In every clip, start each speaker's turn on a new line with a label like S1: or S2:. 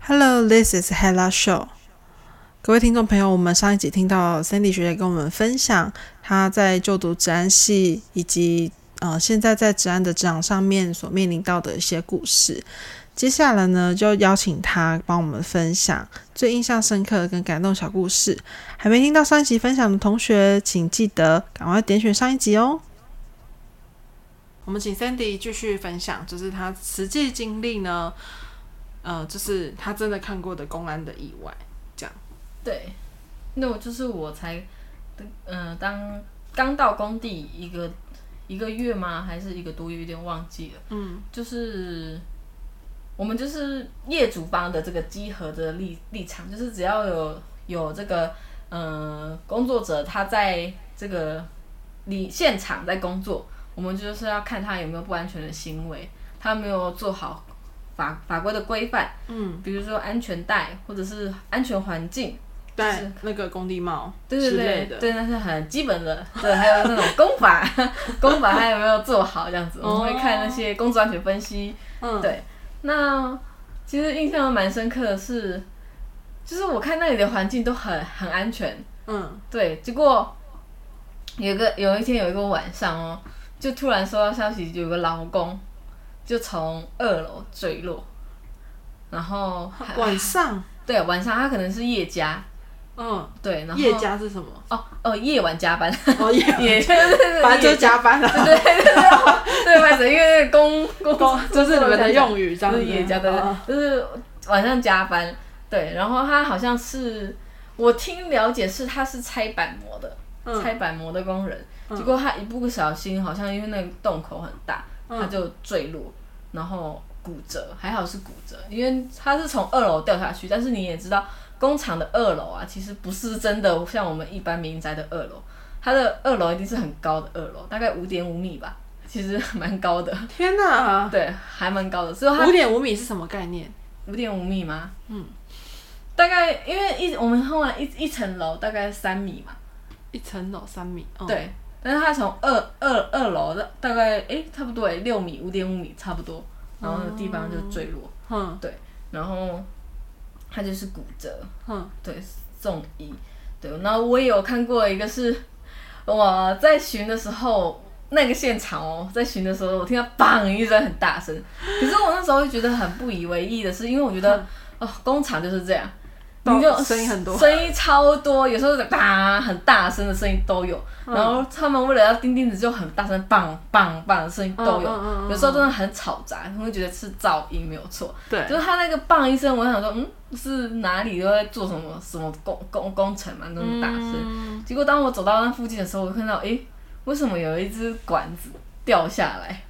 S1: Hello, this is Hella Show。各位听众朋友，我们上一集听到 Sandy 学姐跟我们分享她在就读治安系以及呃现在在治安的职场上面所面临到的一些故事。接下来呢，就邀请她帮我们分享最印象深刻跟感动小故事。还没听到上一集分享的同学，请记得赶快点选上一集哦。我们请 Sandy 继续分享，就是她实际经历呢，呃，就是他真的看过的公安的意外。
S2: 对，那我就是我才，嗯、呃，当刚到工地一个一个月吗？还是一个多月？有点忘记了。嗯，就是我们就是业主方的这个稽核的立立场，就是只要有有这个呃工作者他在这个里现场在工作，我们就是要看他有没有不安全的行为，他没有做好法法规的规范，嗯，比如说安全带或者是安全环境。
S1: 戴那个工地帽
S2: 对
S1: 之
S2: 对
S1: 类
S2: 对
S1: 的，，
S2: 对，那是很基本的。对，还有那种功法，功法还有没有做好这样子，我们会看那些工作安全分析。
S1: 嗯，
S2: 对那其实印象蛮深刻的是，就是我看那里的环境都很很安全，
S1: 嗯，
S2: 对，结果有一个有一天有一个晚上哦，就突然收到消息，有个劳工就从二楼坠落，然后哦还
S1: 晚上，
S2: 对晚上他可能是夜加，
S1: 嗯，
S2: 对，然后
S1: 夜加是什么？
S2: 哦哦夜晚加班。
S1: 哦， 夜，
S2: 也就是
S1: 反正就加班了，
S2: 对，外省因为工 工
S1: 工就是你们的用语，这
S2: 就
S1: 样
S2: 是
S1: 子，
S2: 也加班
S1: 嗯，
S2: 就是晚上加班。对，然后他好像是我听了解是他是拆板模的，
S1: 嗯
S2: 拆板模的工人，
S1: 嗯
S2: 结果他一不小心好像因为那个洞口很大，
S1: 嗯
S2: 他就坠落，然后骨折，还好是骨折，因为他是从二楼掉下去，但是你也知道。工厂的二楼啊，其实不是真的像我们一般民宅的二楼，它的二楼一定是很高的二楼，大概五点五米吧，其实蛮高的。
S1: 嗯天 哪，
S2: 对，还蛮高的。所以它
S1: 五点五米是什么概念？
S2: 五点五米吗？嗯，大概因为一我们后来一一层楼大概三米嘛，
S1: 一层楼三米，嗯，
S2: 对。但是它从二二二楼的大概诶、差不多诶、六米五点五米差不多，然后那地方就坠落，
S1: 哼
S2: 然后它就是骨折，
S1: 哼，
S2: 对，送医。对，然后我也有看过一个是我在巡的时候，那个现场哦，在巡的时候，我听到砰一声很大声，可是我那时候就觉得很不以为意的是，因为我觉得、哦，工厂就是这样。
S1: 爆
S2: 你就
S1: 声音很多
S2: 声音超多，有时候啪很大声的声音都有，然后他们为了要钉钉子就很大声，棒棒棒的声音都有，
S1: 嗯嗯嗯嗯
S2: 有时候真的很吵杂，他们会觉得是噪音没有错，
S1: 对，
S2: 就是他那个棒一声，我想说，嗯，是哪里都在做什么什么工工工程嘛，那么大声。
S1: 嗯
S2: 结果当我走到那附近的时候，我看到，诶，为什么有一只管子掉下来？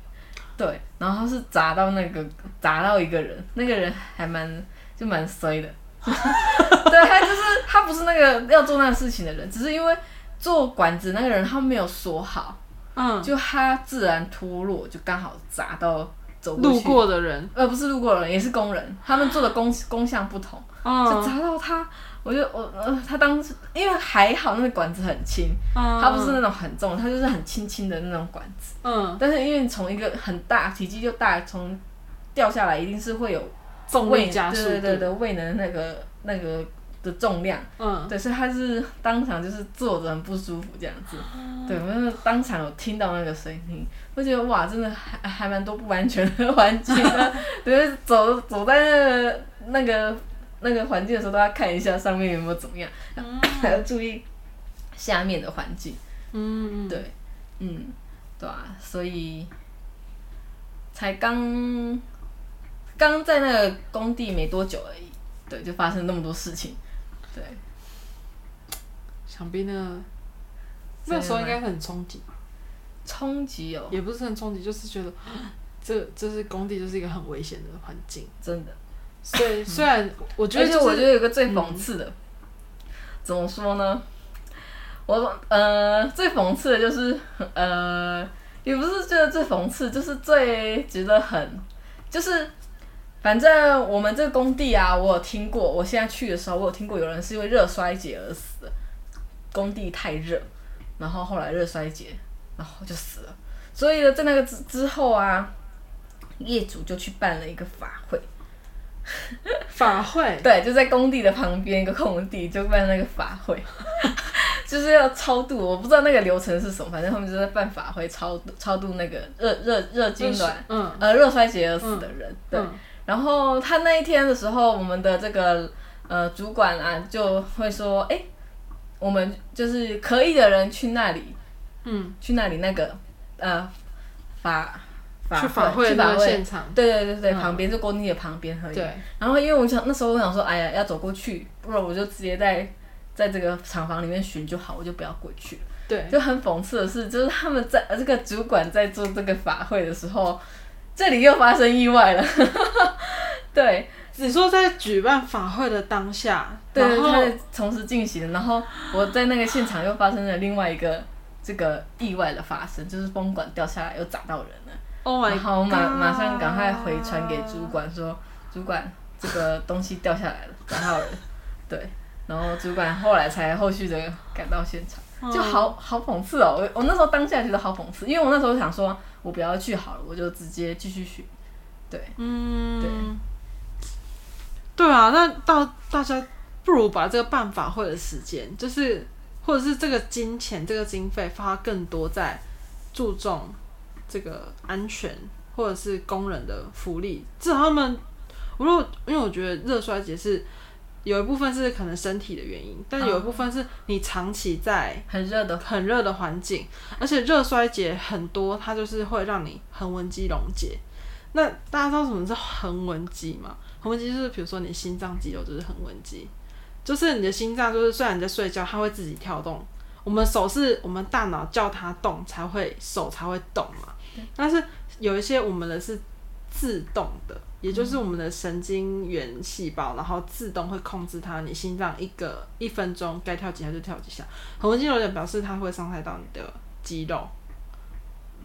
S2: 对，然后是砸到那个砸到一个人，那个人还蛮就蛮衰的， 对他就是他不是那个要做那个事情的人，只是因为做管子那个人他没有锁好，
S1: 嗯，
S2: 就他自然脱落，就刚好砸到走过
S1: 嗯
S2: 去
S1: 路过的人，
S2: 呃，不是路过的人，也是工人，他们做的工工项不同，就
S1: 嗯，
S2: 砸到他，我就我呃，他当时因为还好那个管子很轻，
S1: 他
S2: 它不是，那种很重，它就是很轻轻的那种管子，
S1: 嗯，
S2: 但是因为从一个很大体积就大从掉下来，一定是会有
S1: 重
S2: 未
S1: 力加速
S2: 对对对
S1: 度，
S2: 对，未能那个那个的重量，
S1: 嗯，
S2: 对，所以他是当场就是坐着很不舒服这样子，对，我就是当场有听到那个声音，我觉得哇，真的还还蛮多不安全的环境 的，就是走走在那个那个那个环境的时候，都要看一下上面有没有怎么样，还要注意下面的环境，
S1: 嗯，
S2: 对，嗯，对啊，所以才刚刚在那个工地没多久而已，对，就发生那么多事情，对。
S1: 想必那个那时候应该是很冲击。
S2: 冲击哦，
S1: 也不是很冲击，就是觉得 这这是工地，就是一个很危险的环 境。
S2: 真的。
S1: 所以虽然我觉得、嗯
S2: 嗯而且我觉
S1: 得
S2: 得有个最讽刺的，怎么说呢？我呃，最讽刺的就是呃，也不是觉得最讽刺，就是最觉得很，就是反正我们这个工地啊，我有听过，我现在去的时候，我有听过有人是因为热衰竭而死的，工地太热，然后后来热衰竭，然后就死了。所以呢，在那个之之后啊，业主就去办了一个法会，
S1: 法会，
S2: 对，就在工地的旁边一个空地，就办那个法会， 就是要超度。我不知道那个流程是什么，反正他们就在办法会超度超度那个热热热痉挛，
S1: 嗯
S2: 呃，热衰竭而死的人。对，
S1: 嗯
S2: 然后他那一天的时候，我们的这个呃主管啊就会说，哎、我们就是可以的人去那里，
S1: 嗯，
S2: 去那里那个呃法嗯法
S1: 去法会
S2: 去
S1: 那
S2: 法
S1: 个
S2: 会
S1: 现，场，
S2: 对对对对，
S1: 嗯
S2: 旁边就工地的旁边而已。
S1: 对，
S2: 然后因为我想那时候我想说，哎呀，要走过去，不然我就直接在在这个厂房里面寻就好，我就不要过去。
S1: 对，
S2: 就很讽刺的是，就是他们在呃这个主管在做这个法会的时候，这里又发生意外了。 对，
S1: 你说在举办法会的当下，
S2: 对，
S1: 然
S2: 他
S1: 后
S2: 在同时进行，然后我在那个现场又发生了另外一个这个意外的发生，就是风管掉下来又砸到人了。
S1: Oh my，
S2: 然
S1: god
S2: 后马马上赶快回传给主，管说，主管这个东西掉下来了，找 到人，对，然后主管后来才后续的赶到现场，
S1: 哦
S2: 就好好讽刺哦，我我那时候当下觉得好讽刺，因为我那时候想说，我不要去好了，我就直接继续学，对，
S1: 嗯，对啊，那到大家不如把这个办法会的时间，就是或者是这个金钱、这个经费花更多在注重这个安全或者是工人的福利，至少他们，我如果因为我觉得热衰竭是。有一部分是可能身体的原因，但有一部分是你长期在
S2: 很热的，
S1: 很热的环境，而且热衰竭很多，它就是会让你横纹肌溶解。那大家知道什么是横纹肌吗？横纹肌就是比如说你心脏肌肉就是横纹肌，就是你的心脏就是虽然你在睡觉，它会自己跳动。我们手是我们大脑叫它动才会手才会动嘛，但是有一些我们的是自动的，也就是我们的神经元细胞，然后自动会控制它。你心脏一个一分钟该跳几下就跳几下，横纹肌瘤点表示它会伤害到你的肌肉、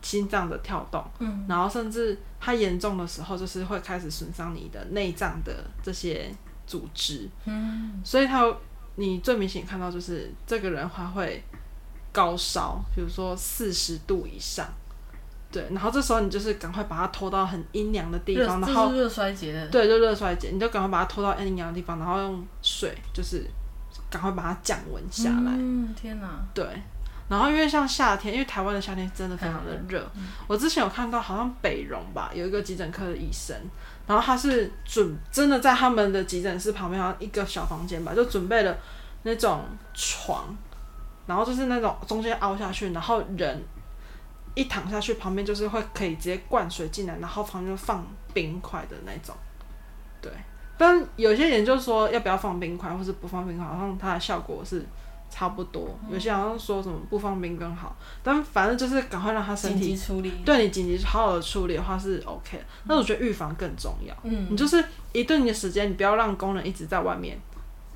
S1: 心脏的跳动，
S2: 嗯，
S1: 然后甚至它严重的时候，就是会开始损伤你的内脏的这些组织。
S2: 嗯，
S1: 所以它有你最明显看到就是这个人他会高烧，比如说四十度以上。对，然后这时候你就是赶快把它拖到很阴凉的地
S2: 热
S1: 方，然
S2: 这
S1: 后
S2: 是热衰竭的，
S1: 对，就热衰竭，你就赶快把它拖到阴凉的地方，然后用水就是赶快把它降温下来。
S2: 嗯，天哪，
S1: 对，然后因为像夏天，因为台湾的夏天真的非常的热，我之前有看到好像北荣吧有一个急诊科的医生，然后他是准真的在他们的急诊室旁边，好像一个小房间吧，就准备了那种床，然后就是那种中间凹下去，然后人。一躺下去，旁边就是会可以直接灌水进来，然后旁边就放冰块的那种，对。但有些研究说要不要放冰块，或是不放冰块，好像它的效果是差不多。
S2: 嗯
S1: 有些好像说什么不放冰更好，但反正就是赶快让他身
S2: 紧
S1: 体
S2: 急处理，
S1: 对你紧急好好的处理的话是 OK 的。但是我觉得预防更重要。
S2: 嗯
S1: 你就是一定的时间，你不要让工人一直在外面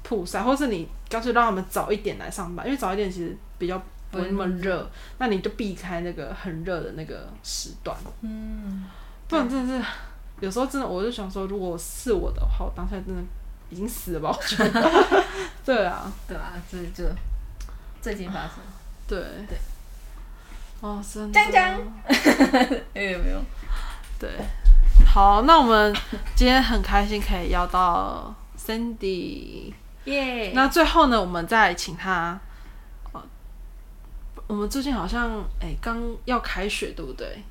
S1: 曝晒，或是你干脆让他们早一点来上班，因为早一点其实比较不会那么热，那你就避开那个很热的那个时段。
S2: 嗯，
S1: 不然真的是，有时候真的，我就想说，如果是我的话，我当下真的已经死了吧，我觉得。 对啊，
S2: 对吧？这就最近发生，
S1: 对
S2: 对。
S1: 哦，真的。
S2: 锵锵哎，有没有？
S1: 对，好，那我们今天很开心可以邀到 Cindy。
S2: 耶，
S1: 那最后呢，我们再请他。呃我们最近好像哎，刚、要开学，对不对？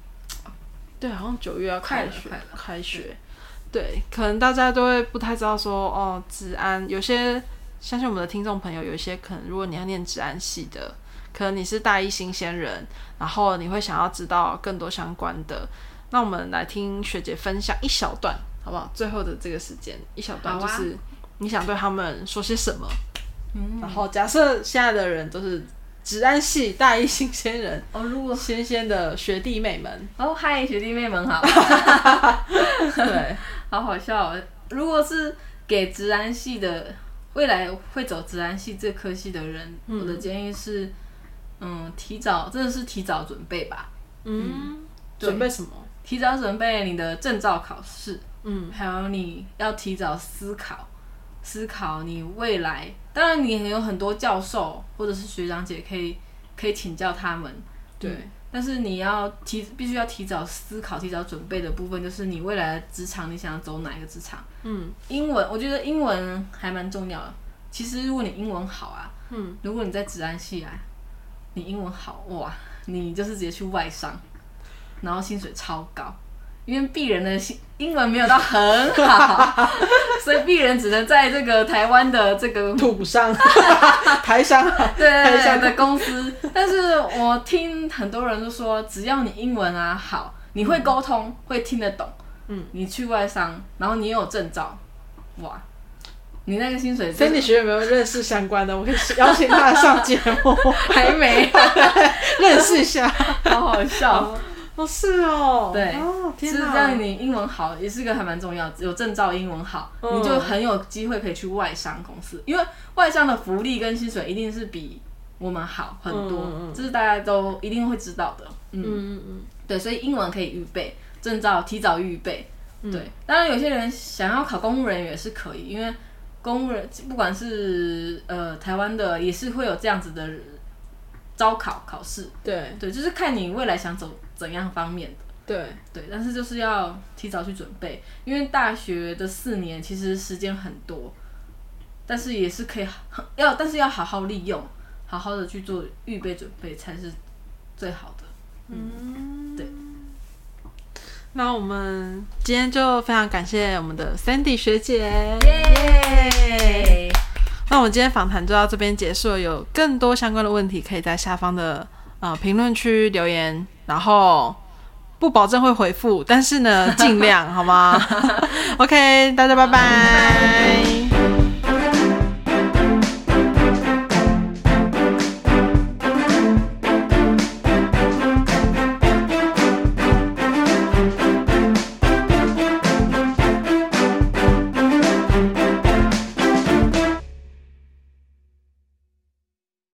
S1: 对，好像九月要开学
S2: 快了快，
S1: 开学。对，可能大家都会不太知道说哦，治安有些相信我们的听众朋友，有一些可能如果你要念治安系的，可能你是大一新鲜人，然后你会想要知道更多相关的。那我们来听学姐分享一小段，好不好？最后的这个时间一小段，
S2: 好
S1: 就
S2: 啊
S1: 是你想对他们说些什么。
S2: 嗯，
S1: 然后假设现在的人都是治安系大一新鲜人，
S2: 哦，如果
S1: 新鲜的学弟妹们，
S2: 哦，嗨，学弟妹们好，
S1: 对，
S2: 好好笑、哦。如果是给治安系的，未来会走治安系这科系的人，我的建议是，嗯，提早真的是提早准备吧，
S1: 嗯，
S2: 对
S1: 准备什么？
S2: 提早准备你的证照考试，
S1: 嗯
S2: 还有你要提早思考，思考你未来。当然，你有很多教授或者是学长姐可以可以请教他们，
S1: 对
S2: 嗯但是你要提，必须要提早思考、提早准备的部分，就是你未来的职场，你想要走哪一个职场？嗯，英文，我觉得英文还蛮重要的。其实如果你英文好啊，嗯，如果你在职安系啊，你英文好哇，你就是直接去外商，然后薪水超高，因为鄙人的薪英文没有到很好， 所以鄙人只能在这个台湾的这个
S1: 土商、 台商，台
S2: 对
S1: 商
S2: 的公司，但是我听很多人都说，只要你英文啊好，你会沟通，会听得懂，嗯，你去外商，然后你也有证照，哇，你那个薪水真
S1: Sandy 学员有没有认识相关的？我可以邀请他上节目，
S2: 还没，
S1: 认识一下。
S2: 好好笑。
S1: 哦，是哦，
S2: 对
S1: 哦，
S2: 就
S1: 天
S2: 是这
S1: 哪
S2: 样，，你英文好也是个还蛮重要，有证照英文好，
S1: 嗯
S2: 你就很有机会可以去外商公司，因为外商的福利跟薪水一定是比我们好很多，
S1: 嗯
S2: 这是大家都一定会知道的。嗯
S1: 嗯嗯嗯，
S2: 对，所以英文可以预备，证照提早预备。对，当然有些人想要考公务人员也是可以，因为公务人不管是呃台湾的也是会有这样子的招考考试。
S1: 对
S2: 对，就是看你未来想走怎样方面的。
S1: 对，
S2: 对，但是就是要提早去准备，因为大学的四年其实时间很多，但是也是可以很要，但是要好好利用，好好的去做预备准备才是最好的。
S1: 那我们今天就非常感谢我们的 Sandy 学姐。
S2: 耶！
S1: 那我们今天访谈就到这边结束了，有更多相关的问题可以在下方的呃评论区留言，然后不保证会 回复，但是呢尽量好吗？OK，大家拜拜